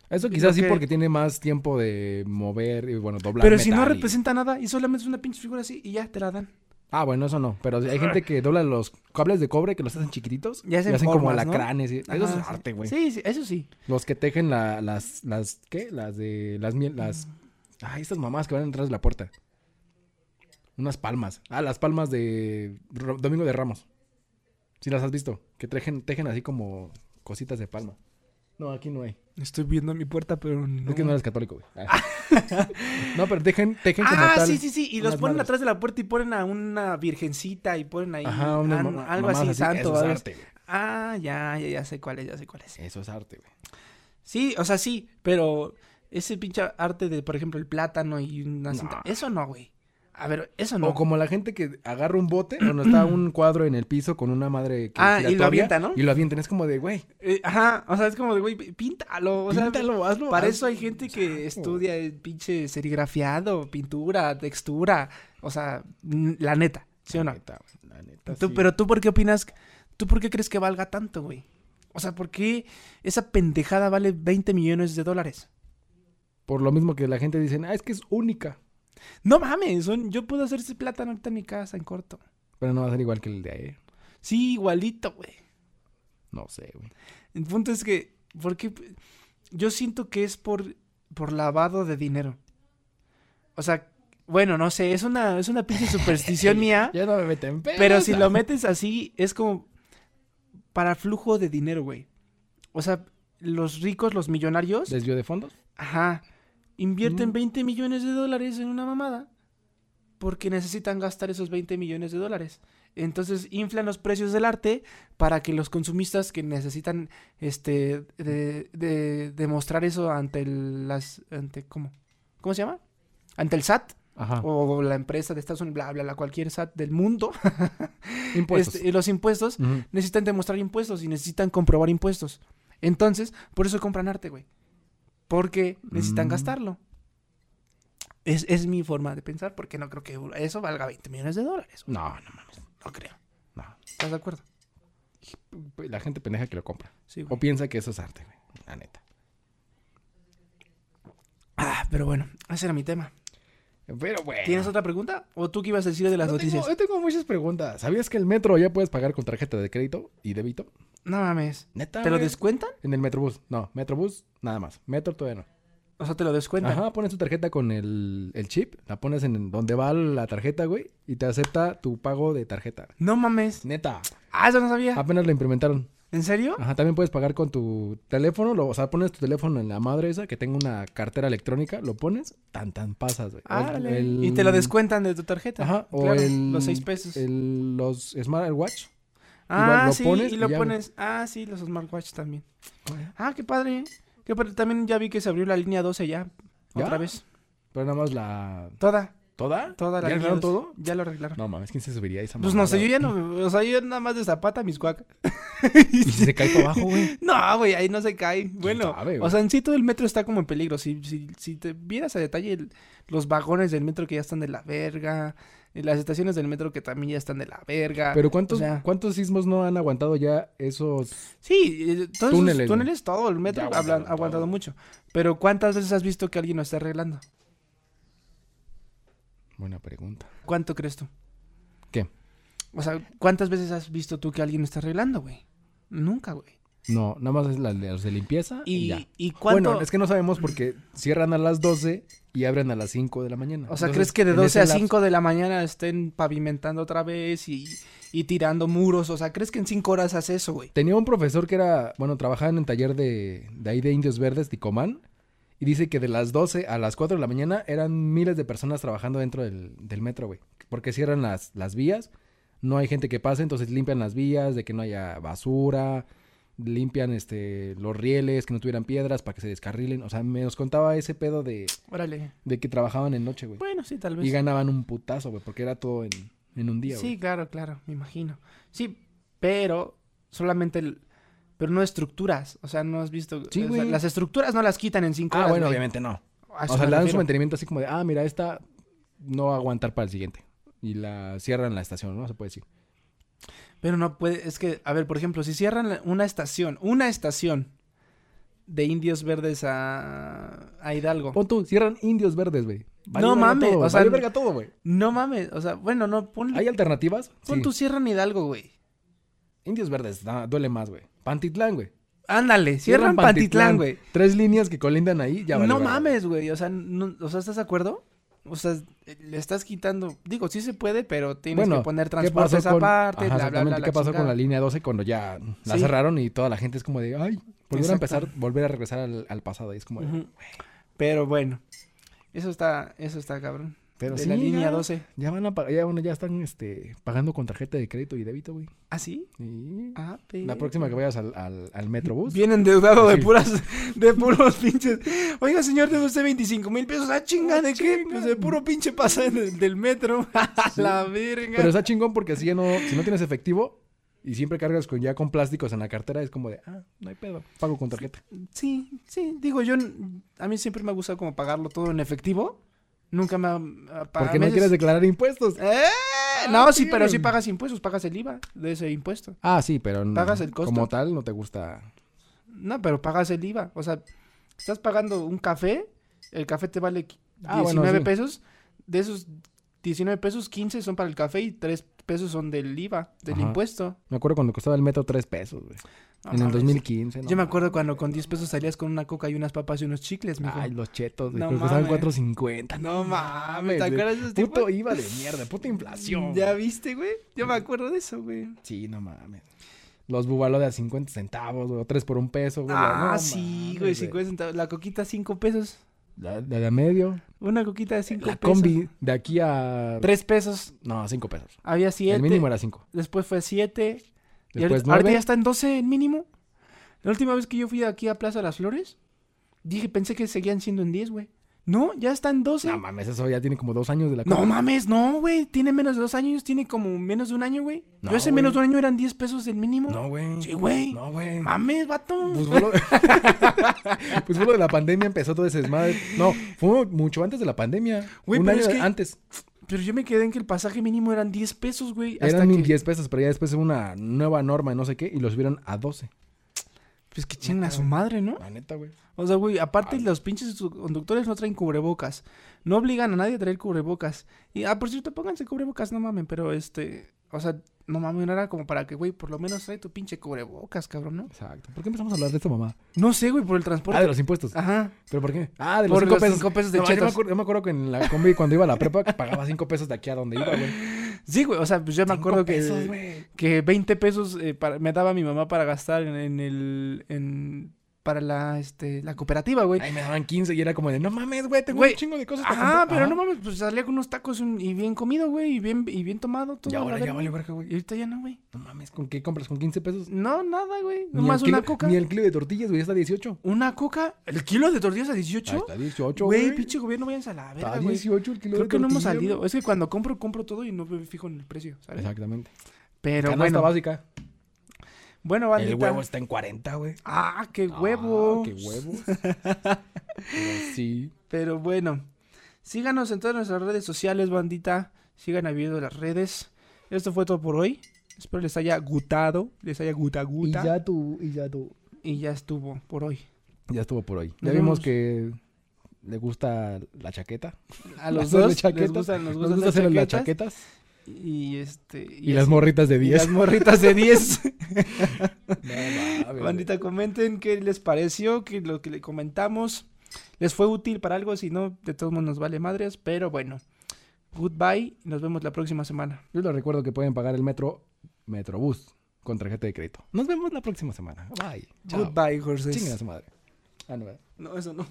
Eso quizás sí
que-
porque tiene más tiempo de mover y bueno, doblar.
Pero si no
metal y-
representa nada y solamente es una pinche figura así y ya te la dan.
Ah, bueno, eso no. Pero hay gente que dobla los cables de cobre que los hacen chiquititos.
Y hacen
y hacen como
formas, ¿no?
alacranes. y- Eso
Ajá,
es arte, güey.
Sí, sí, eso sí.
Los que tejen la- las, las, ¿qué? Las de, las miel, las, ay, estas mamás que van detrás de la puerta. Unas palmas. Ah, las palmas de Ro- Domingo de Ramos. Si las has visto, que tejen, tejen así como cositas de palma. No, aquí no hay.
Estoy viendo mi puerta, pero no.
Es que no eres católico, güey. Ah. no, pero tejen, tejen como
ah,
tal.
sí, sí, sí. Y los
unas
ponen
madres.
atrás de la puerta y ponen a una virgencita y ponen ahí
Ajá, unas
an-
mama-
algo
mamás
así, santo.
Eso es
algo así.
arte, güey.
Ah, ya, ya, ya sé cuál es, ya sé cuál es.
Eso es arte, güey.
Sí, o sea, sí, pero ese pinche arte de, por ejemplo, el plátano y una
No.
cinta. Eso no, güey. A ver, eso no.
O como la gente que agarra un bote, bueno, está un cuadro en el piso con una madre que
Ah, y lo
giratoria,
avienta, ¿no?
Y lo avientan, es como de, güey,
Eh, ajá, o sea, es como de, güey, píntalo. O sea,
Píntalo, hazlo.
para
haz-
eso hay gente que
Exacto.
estudia el pinche serigrafiado, pintura, textura. O sea, n- la neta, ¿sí o
La
no?
neta, güey, la neta,
Tú-
sí.
Pero tú, ¿por qué opinas? ¿Tú por qué crees que valga tanto, güey? O sea, ¿por qué esa pendejada vale 20 millones de dólares?
Por lo mismo que la gente dice, ah, es que es única.
No mames, son- yo puedo hacer ese plátano ahorita en mi casa, en corto.
Pero no va a ser igual que el de ayer.
Sí, igualito, güey.
No sé, güey.
El punto es que, porque yo siento que es por, por lavado de dinero. O sea, bueno, no sé, es una, es una pinche superstición mía,
Ya no me meten pedo.
pero si lo metes así, es como para flujo de dinero, güey. O sea, los ricos, los millonarios,
¿Desvío de fondos?
ajá, invierten
Mm.
20 millones de dólares en una mamada porque necesitan gastar esos 20 millones de dólares. Entonces inflan los precios del arte para que los consumistas que necesitan este de, de- demostrar eso ante el- las ante cómo cómo se llama ante el SAT
Ajá.
o la empresa de Estados Unidos bla bla la cualquier SAT del mundo
Impuestos.
este, los impuestos
Ujú.
necesitan demostrar impuestos y necesitan comprobar impuestos entonces por eso compran arte güey porque necesitan
Mm.
gastarlo es, es mi forma de pensar porque no creo que eso valga 20 millones de dólares güey.
No, no mames.
no creo
No.
estás de acuerdo
Pues, La gente pendeja que lo compra.
sí güey.
O piensa que eso es arte, güey. La neta.
Ah, pero bueno, ese era mi tema.
Pero, güey.
¿Tienes otra pregunta? ¿O tú qué ibas a decir de las
Yo
noticias?
tengo, yo tengo muchas preguntas. ¿Sabías que el metro ya puedes pagar con tarjeta de crédito y débito?
No mames.
Neta.
¿Te lo
güey.
descuentan?
En el Metrobús. No, Metrobús, nada más. Metro todavía no.
O sea, te lo descuentan.
Ajá, pones tu tarjeta con el, el chip, la pones en donde va la tarjeta, güey, y te acepta tu pago de tarjeta.
No mames.
Neta.
Ah, eso no sabía.
Apenas lo implementaron.
¿En serio?
Ajá, también puedes pagar con tu teléfono, lo- o sea, pones tu teléfono en la madre esa, que tenga una cartera electrónica, lo pones, tan tan pasas, güey. O el-
Árale.
el-
Y te lo descuentan de tu tarjeta.
Ajá, o
Claro,
el-
los seis pesos.
el- los smartwatch.
ah,
lo
sí,
pones
y lo
y ya, güey.
pones. Ah, sí, los smartwatch también. Ah, qué padre. Qué padre. También ya vi que se abrió la línea 12 ya.
¿Ya?
Otra vez.
Pero nada más la...
Toda,
¿Toda?
toda la
¿Ya
línea
arreglaron
12.
todo?
Ya lo arreglaron.
No mames, ¿quién se subiría a esa
pues no
mamada,
sé, yo
güey?
ya no. me- O sea, yo nada más de zapata mis cuacas.
Y si se cae para abajo, güey.
No, güey, ahí no se cae. Bueno,
sabe, güey?
o sea, en sí todo el metro está como en peligro. Si, si, si te vieras a detalle el- los vagones del metro que ya están de la verga, y las estaciones del metro que también ya están de la verga.
Pero ¿cuántos,
Ah, o sea-
¿cuántos sismos no han aguantado ya esos...?
sí, eh, todos túneles,
Túneles, güey.
túneles todo, el metro
Ya
hablan-
aguantaron
ha aguantado
todo.
mucho. Pero ¿cuántas veces has visto que alguien lo está arreglando?
Buena pregunta.
¿Cuánto crees tú?
¿Qué?
O sea, ¿cuántas veces has visto tú que alguien lo está arreglando, güey? Nunca, güey.
No, nada más es la de los de limpieza y,
¿Y,
ya.
y cuánto?
Bueno, es que no sabemos porque cierran a las 12 y abren a las 5 de la mañana.
O sea,
Entonces,
¿crees que de
en
12 a
ese lapso-
5 de la mañana estén pavimentando otra vez y, y tirando muros? O sea, ¿crees que en 5 horas hace eso, güey?
Tenía un profesor que era, bueno, trabajaba en el taller de, de ahí de Indios Verdes, Ticomán, y dice que de las 12 a las 4 de la mañana eran miles de personas trabajando dentro del, del metro, güey. Porque cierran las, las vías, no hay gente que pase, entonces limpian las vías de que no haya basura, limpian este los rieles, que no tuvieran piedras para que se descarrilen. O sea, me nos contaba ese pedo de,
Órale.
de que trabajaban en noche, güey.
Bueno, pues sí, tal vez.
Y ganaban un putazo, güey, porque era todo en, en un día,
sí,
güey.
claro, claro, me imagino. Sí, pero solamente el... Pero no estructuras, o sea, no has visto...
Sí,
o sea,
güey.
las estructuras no las quitan en 5
Ah,
horas.
bueno,
güey.
obviamente no.
A eso
O sea,
Ah,
le dan
me
su
refiero.
mantenimiento así como de, ah, mira, esta no va a aguantar para el siguiente. Y la cierran la estación, ¿no? Se puede decir.
Pero no puede, es que, a ver, por ejemplo, si cierran la- una estación, una estación de indios verdes a, a Hidalgo.
Pon tú, cierran indios verdes, güey. verga
No mames,
todo,
o
güey.
sea,
Valió verga todo, güey.
No mames, o sea, bueno, no, ponle,
¿Hay alternativas?
pon
Sí.
tu cierran Hidalgo, güey.
Indios verdes, da- duele más, güey. Pantitlán, güey.
Ándale, cierran Pantitlán, güey.
Tres líneas que colindan ahí, ya valió
No
verga,
mames, güey, o sea, no- o sea, ¿estás de acuerdo? O sea, le estás quitando, digo, sí se puede, pero
güey.
tienes que poner transportes
con-
aparte,
Ajá,
bla, bla, bla.
exactamente, ¿Qué pasó con la
chingada.
línea 12 cuando ya la
Sí.
cerraron y toda la gente es como de, ay, volver a
Exacto.
empezar, volver a regresar al, al pasado? Y es como de,
Ujú. Pero bueno, eso está, eso está cabrón.
pero
de
sí,
la línea
ya,
12.
Ya van a pagar, ya, bueno, ya están este, pagando con tarjeta de crédito y débito, güey.
¿Ah, sí?
Y
Ah,
La próxima que vayas al, al, al Metrobús.
Bien endeudado de
Sí.
puras, de puros pinches. Oiga, señor, debe usted 25 mil pesos. Ah, chinga, ¿de qué? Pues de puro pinche pasa del, del metro. A la verga.
Pero está chingón porque así ya no, si no tienes efectivo y siempre cargas con ya con plásticos en la cartera, es como de, ah, no hay pedo, pago con tarjeta.
Sí, sí, digo, yo, n- a mí siempre me ha gustado como pagarlo todo en efectivo. Nunca me ha... ha- pa-
Porque
a
no
veces-
quieres declarar impuestos.
¡Eh! No, sí,
sí,
pero
güey.
sí pagas impuestos, pagas el IVA de ese impuesto.
Ah, sí, pero no-
Pagas el costo.
como tal no te gusta.
No, pero pagas el IVA. O sea, estás pagando un café, el café te vale qui- 19
Ah, bueno, sí.
pesos. De esos 19 pesos, 15 son para el café y 3 pesos son del IVA, del
Ajá.
impuesto.
Me acuerdo cuando costaba el metro tres pesos, güey.
No
en el
mames.
2015, ¿no?
Yo me acuerdo cuando con 10 pesos salías con una coca y unas papas y unos chicles, mijo.
Ay, los chetos, güey.
No
pero costaban
mames.
4.50.
no mames, ¿te
güey.
acuerdas de esos tiempos?
Puto IVA de mierda, puta inflación.
¿Ya
güey.
viste, güey? Yo me acuerdo de eso, güey.
Sí, no mames. Los bubalo de a 50 centavos, güey, o 3 por un peso, güey.
Ah,
No
sí,
mames,
güey, 50 centavos. La coquita 5 pesos.
La, la de a medio.
Una coquita de 5
La
pesos.
combi de aquí a...
3 pesos.
No, 5 pesos.
Había 7.
El mínimo era 5.
Después fue 7. Y
Después
ahorita, ahorita
9.
ya está en 12 el mínimo. La última vez que yo fui aquí a Plaza Las Flores, dije, pensé que seguían siendo en 10, güey. No, ya está en 12.
No mames, eso ya tiene como 2 años de la
No
combi.
mames, no, güey. Tiene menos de dos años, tiene como menos de un año, güey.
No,
yo hace
güey.
menos de un año eran 10 pesos el mínimo.
No, güey.
Sí, güey.
No, güey.
Mames, vato.
Pues fue, lo... pues fue lo de la pandemia, empezó todo ese desmadre. No, fue mucho antes de la pandemia.
Güey,
un
pero
año
es que-
antes.
Pero yo me quedé en que el pasaje mínimo eran 10 pesos, güey. Hasta
Eran
que...
10 pesos, pero ya después hubo una nueva norma, no sé qué, y los subieron a 12.
Pues que chingan a su madre, ¿no?
La neta, güey.
O sea, güey, aparte los pinches conductores no traen cubrebocas. No obligan a nadie a traer cubrebocas. Y, ah, por cierto, pónganse cubrebocas, no mamen, pero este... O sea, no mames, no era como para que, güey, por lo menos trae tu pinche cubrebocas, cabrón, ¿no?
Exacto. ¿Por qué empezamos a hablar de esto, mamá?
No sé, güey, por el transporte.
Ah, de los impuestos.
Ajá.
¿Pero por qué? Ah, de los
Por
5
los
pesos.
cinco pesos de
No, yo, me
chetos.
acuerdo, yo me acuerdo que en la combi, cuando iba a la prepa, pagaba 5 pesos de aquí a donde iba, güey.
Sí, güey, o sea, pues yo me acuerdo que, que 20 pesos eh, para- me daba mi mamá para gastar en, en el... En, para la, este, la cooperativa, güey.
Ay, me daban 15 y era como de, no mames, güey, tengo
Güey,
un chingo de cosas para
Ajá,
comprar".
pero
Ajá.
no mames, pues salía con unos tacos y un- y bien comido, güey, y bien, y bien tomado. Todo
Y ahora
la
ya
verga.
vale verga, güey.
Y ahorita ya no, güey.
No mames, ¿con qué compras? ¿Con 15 pesos?
No, nada, güey.
Ni
Nomás
el kilo-
una coca.
Ni el kilo de tortillas, güey, está 18.
¿Una coca? ¿El kilo de tortillas a
Ahí
18?
está 18,
Güey, pinche gobierno, vayan a la verga,
Está
güey.
18 el kilo
Creo
de
que no hemos
tortilla,
salido.
güey.
Es que cuando compro, compro todo y no me fijo en el precio, ¿sabes?
Exactamente.
Pero
Canasta
bueno,
básica.
bueno, bandita.
El huevo está en 40, güey.
Ah, qué huevo.
Ah, qué huevo. Pero sí.
Pero bueno, síganos en todas nuestras redes sociales, bandita. Sigan habiendo las redes. Esto fue todo por hoy. Espero les haya gustado, les haya guta guta. Y ya,
tú, y ya tú.
estuvo por hoy.
Ya estuvo por hoy. Ya
Nos
vimos
vemos.
que le gusta la chaqueta.
A los
Hacerle
dos les
chaquetas.
gustan, nos
Nos
gustan
gusta hacer las
chaquetas.
chaquetas.
Y este
Y, las
así.
morritas de
Y las
10.
morritas de 10.
No mames,
Bandita, comenten qué les pareció, que lo que le comentamos les fue útil para algo, si no, de todos modos nos vale madres, pero bueno. Goodbye, y nos vemos la próxima semana.
Yo les recuerdo que pueden pagar el metro, Metrobús, con tarjeta de crédito. Nos vemos la próxima semana. Bye. Chao.
Goodbye, horses.
Chinguen a su madre. Ah, no, ¿verdad?
No, eso no.